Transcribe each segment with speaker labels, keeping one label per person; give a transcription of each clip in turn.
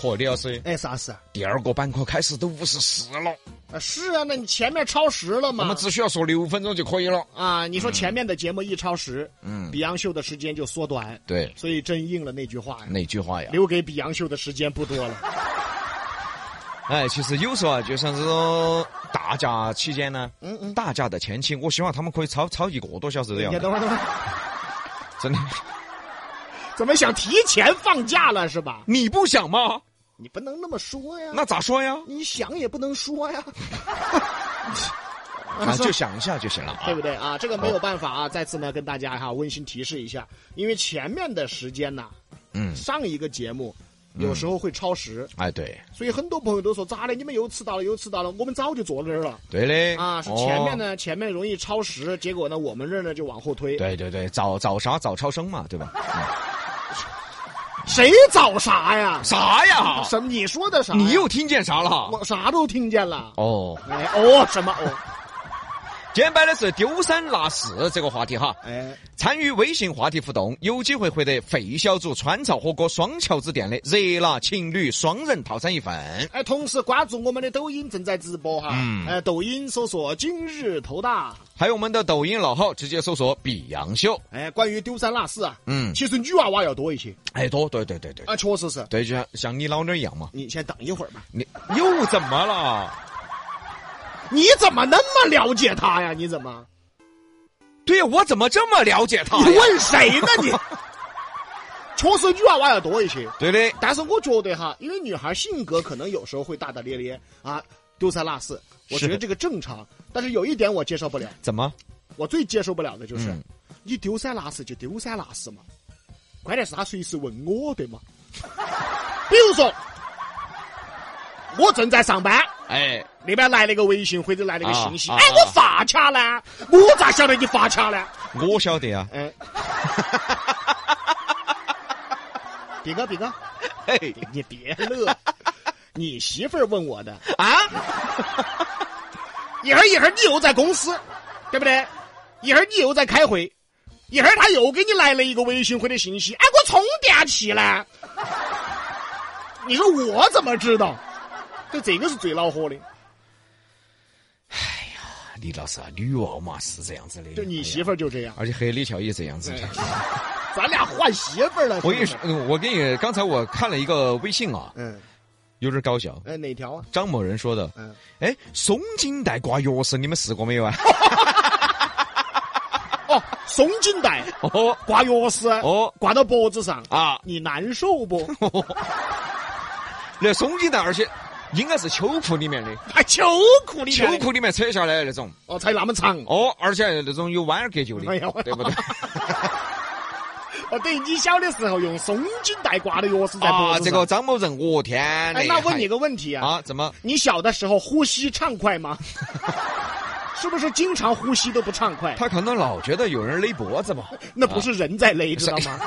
Speaker 1: 嚯，李老师，
Speaker 2: 哎，啥事啊？
Speaker 1: 第二个板块开始都五十四了，
Speaker 2: 啊是啊，那你前面超时了
Speaker 1: 我
Speaker 2: 嘛
Speaker 1: 们？只需要说六分钟就可以了。
Speaker 2: 啊，你说前面的节目一超时，
Speaker 1: 嗯，
Speaker 2: 比洋秀的时间就缩短，
Speaker 1: 对，
Speaker 2: 所以真应了那句话呀，
Speaker 1: 哪句话呀？
Speaker 2: 留给比洋秀的时间不多了。
Speaker 1: 哎，其实有时候啊，就像这种大假期间呢，嗯嗯，大假的前期，我希望他们可以超超一个多小时的样
Speaker 2: 你
Speaker 1: 子，
Speaker 2: 等会儿，等会儿，
Speaker 1: 真的。
Speaker 2: 怎么想提前放假了是吧？
Speaker 1: 你不想吗？
Speaker 2: 你不能那么说呀，
Speaker 1: 那咋说呀？
Speaker 2: 你想也不能说 呀，
Speaker 1: 啊，就想一下就行了啊
Speaker 2: 对。不对啊？这个没有办法啊。再次呢，跟大家哈、温馨提示一下，因为前面的时间呐、
Speaker 1: 嗯，
Speaker 2: 上一个节目有时候会超时，
Speaker 1: 哎，对，
Speaker 2: 所以很多朋友都说咋了？你们又迟到了，又迟到了。我们早就坐那儿了
Speaker 1: 对的。
Speaker 2: 啊，是前面
Speaker 1: 哦。
Speaker 2: 呢，前面容易超时，结果呢，我们这儿呢就往后推。
Speaker 1: 对对对，早早啥早超生嘛，对吧？
Speaker 2: 谁找啥呀？
Speaker 1: 啥呀
Speaker 2: 什么？你说的啥呀？
Speaker 1: 啊你又听见啥了？
Speaker 2: 我啥都听见了。
Speaker 1: 哦，
Speaker 2: 哎哦什么哦？
Speaker 1: 今天摆的是丢三落四这个话题哈。
Speaker 2: 哎，
Speaker 1: 参与微信话题互动，有机会获得费小组川潮火锅双桥之店的热辣情侣双人套餐一份。
Speaker 2: 哎，同时关注我们的抖音正在直播哈，
Speaker 1: 嗯
Speaker 2: 哎，抖音搜索“今日头大
Speaker 1: 还有我们的抖音老号，直接搜索“比洋秀”。”。
Speaker 2: 哎，关于丢三落四啊，
Speaker 1: 嗯
Speaker 2: 其实女娃娃要多一些
Speaker 1: 哎，多对对对对，
Speaker 2: 啊，确实是。
Speaker 1: 对，就像像你老娘儿一样嘛。
Speaker 2: 你先等一会儿吧，
Speaker 1: 你又怎么了？
Speaker 2: 你怎么那么了解她呀？你怎么？
Speaker 1: 对我怎么这么了解他
Speaker 2: 你问谁呢你？ 确实女娃娃要多一些，
Speaker 1: 对的，
Speaker 2: 但是我觉得哈，因为女孩性格可能有时候会大大咧咧啊，丢三落四，我
Speaker 1: 是
Speaker 2: 觉得这个正常。但是有一点我接受不了，
Speaker 1: 怎么？
Speaker 2: 我最接受不了的就是，
Speaker 1: 嗯
Speaker 2: 你丢三落四就丢三落四嘛，关键是他随时问我的嘛。比如说，我正在上班，
Speaker 1: 哎，
Speaker 2: 那边来了个微信或者来了个信息，
Speaker 1: 啊啊
Speaker 2: 哎，
Speaker 1: 啊
Speaker 2: 我发卡呢，我咋晓得你发卡呢？
Speaker 1: 我晓得啊。
Speaker 2: 哎， 比哥，比哥，
Speaker 1: 嘿
Speaker 2: 你别乐，你媳妇儿问我的，
Speaker 1: 啊，
Speaker 2: 一会儿一会儿你又在公司，对不对？一会儿你又在开会，一会儿他又给你来了一个微信或者信息，哎，我充电器呢？你说我怎么知道？这这个是最恼火的，
Speaker 1: 李老师啊，女娃嘛是这样子的，
Speaker 2: 就你媳妇儿就这样，
Speaker 1: 而且黑李乔也这样子的。
Speaker 2: 咱俩换媳妇儿了。
Speaker 1: 我跟你
Speaker 2: 是
Speaker 1: 说，我跟你刚才我看了一个微信啊，
Speaker 2: 不是，嗯，
Speaker 1: 有点搞笑。
Speaker 2: 哎，哪条啊？
Speaker 1: 张某人说的，
Speaker 2: 嗯，
Speaker 1: 哎，松紧带挂钥匙，你们试过没有 啊？
Speaker 2: 哦，松紧带
Speaker 1: 哦
Speaker 2: 挂钥匙，
Speaker 1: 哦
Speaker 2: 挂到脖子上，
Speaker 1: 啊，
Speaker 2: 你难受不？
Speaker 1: 那松紧带，而且应该是秋裤里面的，
Speaker 2: 还秋裤里
Speaker 1: 秋
Speaker 2: 面
Speaker 1: 裤里面扯下来的那种。
Speaker 2: 哦，才那么长，
Speaker 1: 哦，而且那种有弯儿隔臼
Speaker 2: 哎呀我
Speaker 1: 的，对不 对？
Speaker 2: 哦，等于你小的时候用松紧带挂的钥匙在脖
Speaker 1: 啊，
Speaker 2: 子上。
Speaker 1: 这个张某人，我天
Speaker 2: 哎，
Speaker 1: 嘞
Speaker 2: 那问你个问题啊，
Speaker 1: 啊，怎么？
Speaker 2: 你小的时候呼吸畅快吗？是不是经常呼吸都不畅快？
Speaker 1: 他可能老觉得有人勒脖子嘛。
Speaker 2: 那不是人在
Speaker 1: 啊
Speaker 2: 勒，知道 吗？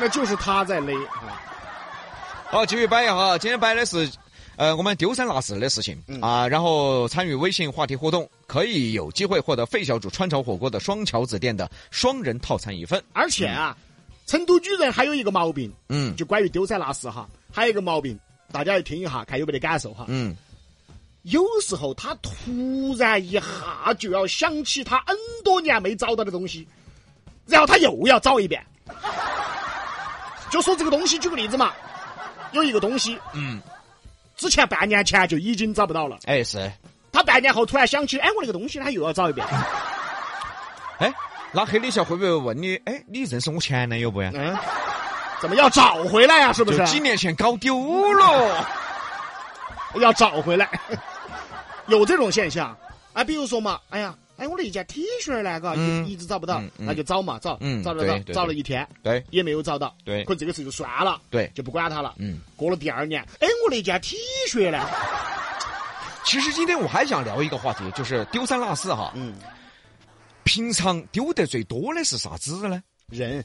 Speaker 2: 那就是他在勒啊！
Speaker 1: 好，继续摆一下哈，今天摆的是。呃，我们丢三落四的事情、
Speaker 2: 嗯
Speaker 1: 啊，然后参与微信话题互动，可以有机会获得费小主川潮火锅的双桥子店的双人套餐一份。
Speaker 2: 而且啊，成都居人还有一个毛病，
Speaker 1: 嗯
Speaker 2: 就关于丢三落四哈，还有一个毛病，大家要听一下，看有没得感受哈。
Speaker 1: 嗯，
Speaker 2: 有时候他突然一下就要想起他 N 多年没找到的东西，然后他又要找一遍。就说这个东西，举个例子嘛，有一个东西，
Speaker 1: 嗯，
Speaker 2: 之前半年前就已经找不到了，
Speaker 1: 哎是，
Speaker 2: 他半年后突然想起，哎，我那个东西，他又 要找一遍。
Speaker 1: 哎，那黑李笑会不会问你？哎，你认识我前男友不呀？
Speaker 2: 嗯，怎么要找回来呀、是不？
Speaker 1: 就是啊几年前搞丢了。
Speaker 2: 要找回来， 有这种现象啊。比如说嘛，哎呀，哎，我的一件 T 恤那个
Speaker 1: 嗯
Speaker 2: 一一直找不到
Speaker 1: 嗯，嗯
Speaker 2: 那就找嘛，找
Speaker 1: 嗯，
Speaker 2: 找找
Speaker 1: 对
Speaker 2: 找，
Speaker 1: 对
Speaker 2: 找了
Speaker 1: 对
Speaker 2: 一天，
Speaker 1: 对
Speaker 2: 也没有找到，
Speaker 1: 对
Speaker 2: 可这个事就算了，
Speaker 1: 对，
Speaker 2: 就不管它了。
Speaker 1: 嗯，
Speaker 2: 过了第二年，哎，我那件 T 恤呢？
Speaker 1: 其实今天我还想聊一个话题，就是丢三落四哈。
Speaker 2: 嗯，
Speaker 1: 平常丢得最多的是啥子呢？
Speaker 2: 人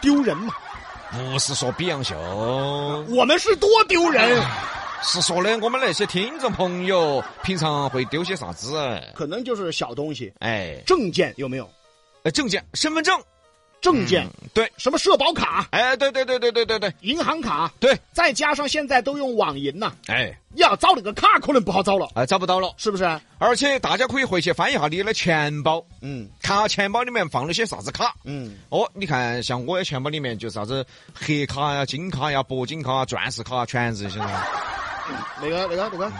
Speaker 2: 丢人嘛，
Speaker 1: 不是说比洋秀，
Speaker 2: 我们是多丢人，
Speaker 1: 哎是说的我们那些听众朋友平常会丢些啥子？
Speaker 2: 可能就是小东西，
Speaker 1: 哎，
Speaker 2: 证件有没有？
Speaker 1: 呃证件、身份证，
Speaker 2: 证件、
Speaker 1: 对，
Speaker 2: 什么社保卡、
Speaker 1: 哎，对对对对对对对
Speaker 2: 银行卡，
Speaker 1: 对，
Speaker 2: 再加上现在都用网银呐、
Speaker 1: 哎，
Speaker 2: 要找那个卡可能不好找了，
Speaker 1: 哎，找不到了。
Speaker 2: 是不是？
Speaker 1: 而且大家可以回去翻一下你的钱包，
Speaker 2: 嗯
Speaker 1: 看下钱包里面放了些啥子卡。
Speaker 2: 嗯，
Speaker 1: 哦，你看，像我的钱包里面就啥子黑卡呀、金卡呀、铂金卡呀、钻石卡呀，全是些。
Speaker 2: 那个那个那个，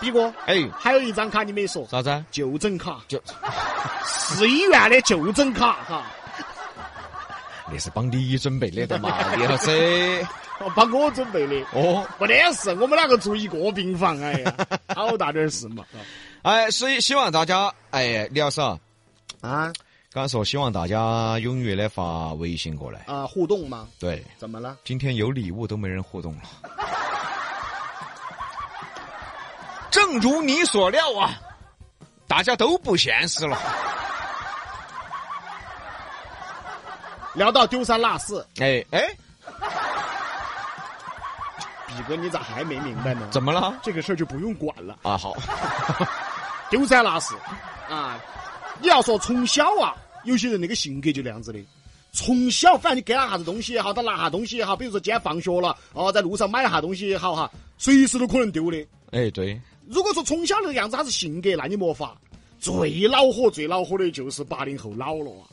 Speaker 2: 比哥，
Speaker 1: 哎，
Speaker 2: 还有一张卡你没说，
Speaker 1: 啥子？
Speaker 2: 就诊卡，
Speaker 1: 就
Speaker 2: 市医院的就诊卡哈，
Speaker 1: 那是帮你准备的的嘛，李老师。
Speaker 2: 哦帮我准备的。
Speaker 1: 哦，
Speaker 2: 没得事，我们两个住一个病房，哎呀， 好大点事嘛。
Speaker 1: 哎，所以希望大家，哎，李老师啊，
Speaker 2: 啊
Speaker 1: 刚才说希望大家踊跃的发微信过来。
Speaker 2: 啊，互动嘛，
Speaker 1: 对，
Speaker 2: 怎么了？
Speaker 1: 今天有礼物都没人互动了。 正如你所料啊，大家都不现实了。
Speaker 2: 聊到丢三落四，
Speaker 1: 哎哎，
Speaker 2: 比哥你咋还没明白呢？
Speaker 1: 怎么了？
Speaker 2: 这个事儿就不用管了，
Speaker 1: 啊，好，
Speaker 2: 丢三落四啊！你要说从小啊，有些人那个性格就那样子的。从小，反正你给他啥子东西也好，他拿啥东西也好，比如说今天放学了，哦，在路上买啥东西也好哈，随时都可能丢的。
Speaker 1: 哎对，
Speaker 2: 如果说从小那个样子他是性格，那你没法。最恼火、最恼火的就是八零后老了啊！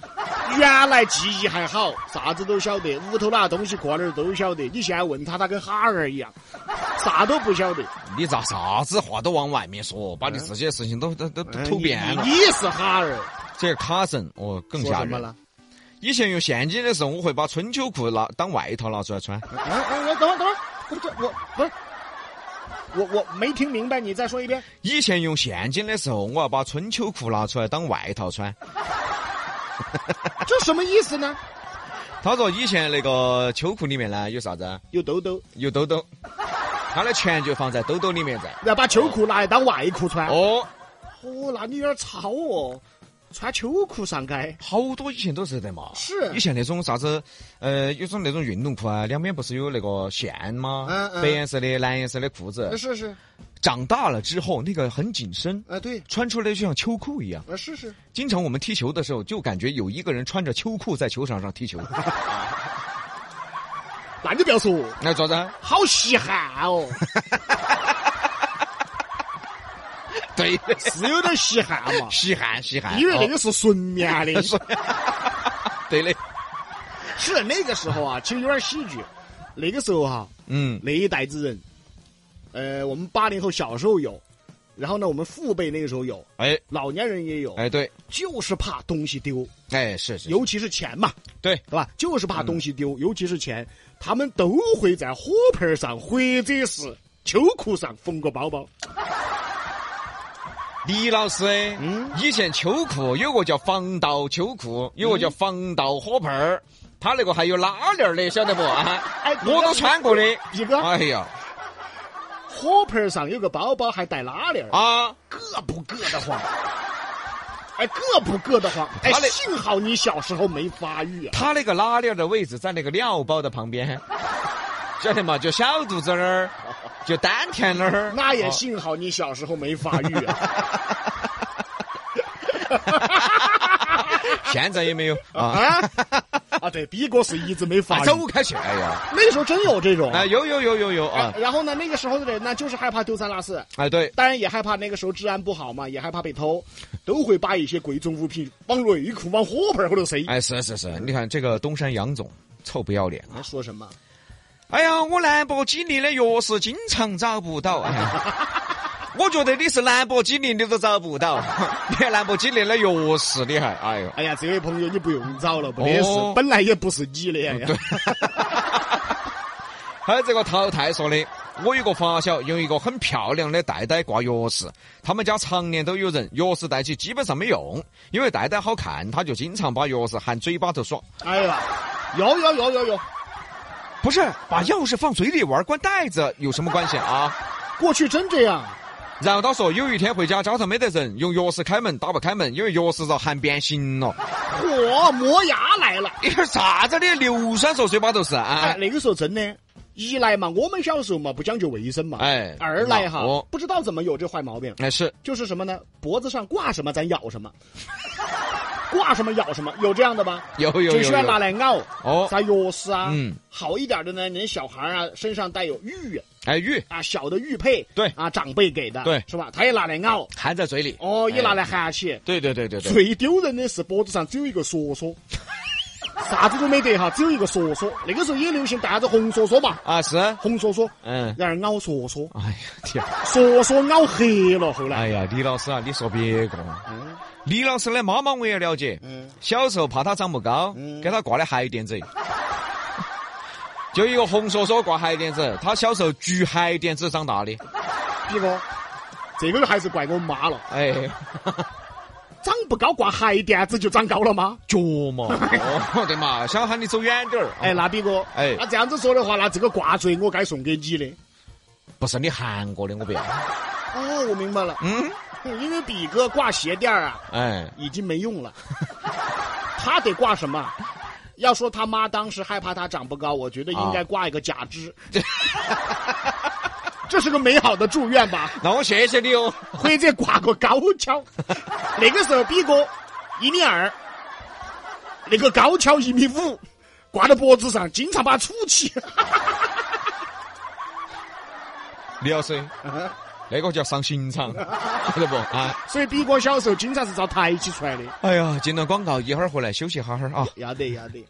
Speaker 2: 原来记忆还好，啥子都晓得，屋头哪东西挂哪儿都晓得。你现在问他，他跟哈儿一样，啥都不晓得。
Speaker 1: 你咋啥子话都往外面说，把你自己的事情都都都都吐遍了
Speaker 2: 你。是哈儿，
Speaker 1: 这个卡神哦，更
Speaker 2: 说
Speaker 1: 吓
Speaker 2: 什么
Speaker 1: 人。
Speaker 2: 了？
Speaker 1: 以前用现金的时候，我会把春秋裤拿当外套拿出来穿。
Speaker 2: 哎哎哎，等会儿等会儿，不是我不是我我没听明白，你再说一遍。
Speaker 1: 以前用现金的时候，我要把春秋裤拿出来当外套穿。
Speaker 2: 这什么意思呢？
Speaker 1: 他说以前那个秋裤里面呢有啥子啊？
Speaker 2: 有兜兜，
Speaker 1: 有兜兜，他的钱就放在兜兜里面在。
Speaker 2: 然后把秋裤拿来当外裤穿。
Speaker 1: 哦，
Speaker 2: 哦，那你有点糙哦，穿秋裤上街。
Speaker 1: 好多以前都是的嘛。
Speaker 2: 是
Speaker 1: 以前那种啥子，呃，有种那种运动裤啊，两边不是有那个线吗？
Speaker 2: 嗯嗯
Speaker 1: 白颜色的、蓝颜色的裤
Speaker 2: 呃
Speaker 1: 子，
Speaker 2: 是是，
Speaker 1: 长大了之后那个很紧身，
Speaker 2: 呃，对，
Speaker 1: 穿出来就像秋裤一样。
Speaker 2: 呃，是是，
Speaker 1: 经常我们踢球的时候，就感觉有一个人穿着秋裤在球场上踢球。
Speaker 2: 那你不要说，
Speaker 1: 那咋子？
Speaker 2: 好稀罕 哦，
Speaker 1: 对，，
Speaker 2: 是有点稀罕 嘛
Speaker 1: 稀罕稀罕。
Speaker 2: 因为那
Speaker 1: 哦，
Speaker 2: 个 是啊纯棉的
Speaker 1: 是 对的，
Speaker 2: 是那个时候啊，其实有点喜剧，那个时候哈、
Speaker 1: 嗯，
Speaker 2: 那一代子人，呃，我们八零后小时候有，然后呢，我们父辈那个时候有，
Speaker 1: 哎
Speaker 2: 老年人也有，
Speaker 1: 哎对，
Speaker 2: 就是怕东西丢，
Speaker 1: 哎是是，
Speaker 2: 尤其是钱嘛，
Speaker 1: 对
Speaker 2: 对吧？就是怕东西丢，尤其是钱，他们都会在火盆上或者是秋裤上缝个包包。
Speaker 1: 李老师，
Speaker 2: 嗯
Speaker 1: 以前秋裤有个叫防盗秋裤，有个叫防盗火盆儿，它那个还有拉链儿的，晓得不？啊，
Speaker 2: 哎，
Speaker 1: 我都穿过的。
Speaker 2: 一个。
Speaker 1: 哎呀，
Speaker 2: 火盆上有个包包，还带拉链儿，
Speaker 1: 啊，
Speaker 2: 硌不硌得慌？哎，硌不硌得慌？哎
Speaker 1: 他，那
Speaker 2: 幸好你小时候没发育啊！
Speaker 1: 它那个拉链儿的位置在那个尿包的旁边， 晓得吗？就小肚子那儿，就丹田那儿。
Speaker 2: 那也
Speaker 1: 哦
Speaker 2: 幸好你小时候没发育 啊！
Speaker 1: 现在也没有啊。
Speaker 2: 啊 啊，对，逼哥是一直没发
Speaker 1: 啊
Speaker 2: 育，
Speaker 1: 走开去！哎呀，
Speaker 2: 那时候真有这种。
Speaker 1: 啊，有有有有有啊
Speaker 2: 哎！然后呢，那个时候的人呢，就是害怕丢三落四，
Speaker 1: 哎，对，
Speaker 2: 当然也害怕那个时候治安不好嘛，也害怕被偷，都会把一些贵重物品往内裤、往火盆后头塞。
Speaker 1: 哎，是是是，你看这个东山杨总，臭不要脸啊！
Speaker 2: 他说什么？
Speaker 1: 哎呀，我兰博基尼的钥匙经常找不到。哎呀 我觉得你是兰博基尼，你都找不到， 你还兰博基尼的钥匙你还，哎呦，
Speaker 2: 哎呀，这位朋友，你不用找了，不得事，
Speaker 1: 哦
Speaker 2: 本来也不是你的呀。
Speaker 1: 还哎有这个淘汰说的，我有个发小用一个很漂亮的袋袋挂钥匙，他们家常年都有人，钥匙袋起基本上没用，因为袋袋好看，他就经常把钥匙含嘴巴头耍，
Speaker 2: 哎呀，有有有有有，
Speaker 1: 不是把钥匙放嘴里玩，关袋子有什么关系啊？
Speaker 2: 过去真这样。
Speaker 1: 然后他说，有一天回家，家头没得人，用钥匙开门，打不开门，因为钥匙遭含变形了。
Speaker 2: 嚯，磨牙来了！
Speaker 1: 你是哎啥子的硫酸说嘴巴都是
Speaker 2: 哎
Speaker 1: 啊，？
Speaker 2: 那个时候真的，一来嘛，我们小时候嘛不讲究卫生嘛，
Speaker 1: 哎
Speaker 2: 二来哈
Speaker 1: 哦，
Speaker 2: 不知道怎么有这坏毛病，
Speaker 1: 哎是，
Speaker 2: 就是什么呢？脖子上挂什么咱咬什么， 挂什么咬什么，有这样的吧？
Speaker 1: 有有
Speaker 2: 就
Speaker 1: 有
Speaker 2: 喜欢
Speaker 1: 有
Speaker 2: 拿来咬，
Speaker 1: 哦，
Speaker 2: 啥钥匙啊，
Speaker 1: 嗯
Speaker 2: 好一点的呢，人小孩啊身上带有玉
Speaker 1: 哎玉
Speaker 2: 啊，小的玉佩，
Speaker 1: 对
Speaker 2: 啊，长辈给的，
Speaker 1: 对
Speaker 2: 是吧？他也拿来咬，
Speaker 1: 含在嘴里。
Speaker 2: 哦，也拿
Speaker 1: 哎
Speaker 2: 来含起。
Speaker 1: 对对对对对，
Speaker 2: 最丢人的是脖子上只有一个梭 梭，啥子都没得哈，只有一个梭梭。那个时候也流行戴啥子红梭梭嘛，
Speaker 1: 啊是，
Speaker 2: 红梭梭，
Speaker 1: 嗯，
Speaker 2: 然而咬梭梭，
Speaker 1: 哎呀天，
Speaker 2: 梭梭咬黑了。后来，
Speaker 1: 哎呀，李老师啊，你说别个嘛，
Speaker 2: 嗯
Speaker 1: 李老师的妈妈我也了解，
Speaker 2: 嗯，
Speaker 1: 小时候怕他长不高，
Speaker 2: 嗯
Speaker 1: 给他挂的鞋垫子。就一个红梭梭挂鞋垫子，他小时候举鞋垫子长大的。
Speaker 2: 毕哥，这个还是怪我妈了，
Speaker 1: 哎，
Speaker 2: 长不高挂鞋垫子就长高了吗？
Speaker 1: 脚嘛，哦对嘛，想喊你走远点儿。
Speaker 2: 哎，那毕哥，
Speaker 1: 哎
Speaker 2: 那这样子说的话，那这个挂坠我该送给你的。
Speaker 1: 不是你韩国的，我不要。
Speaker 2: 哦，我明白了，
Speaker 1: 嗯，
Speaker 2: 因为比哥挂鞋垫儿啊，
Speaker 1: 哎，
Speaker 2: 已经没用了。他得挂什么？要说他妈当时害怕他长不高，我觉得应该挂一个假肢。这是个美好的祝愿吧，
Speaker 1: 那我谢谢你哦。
Speaker 2: 或者挂个高跷。那个时候，比哥一米二，那个高跷一米五，挂在脖子上，经常把它杵起。
Speaker 1: 李老师，那个叫上刑场，晓得不？啊，
Speaker 2: 所以，比哥小时候经常是遭抬起出来的。
Speaker 1: 哎呀，进了广告，一会儿回来休息哈哈儿啊。
Speaker 2: 要得，要得。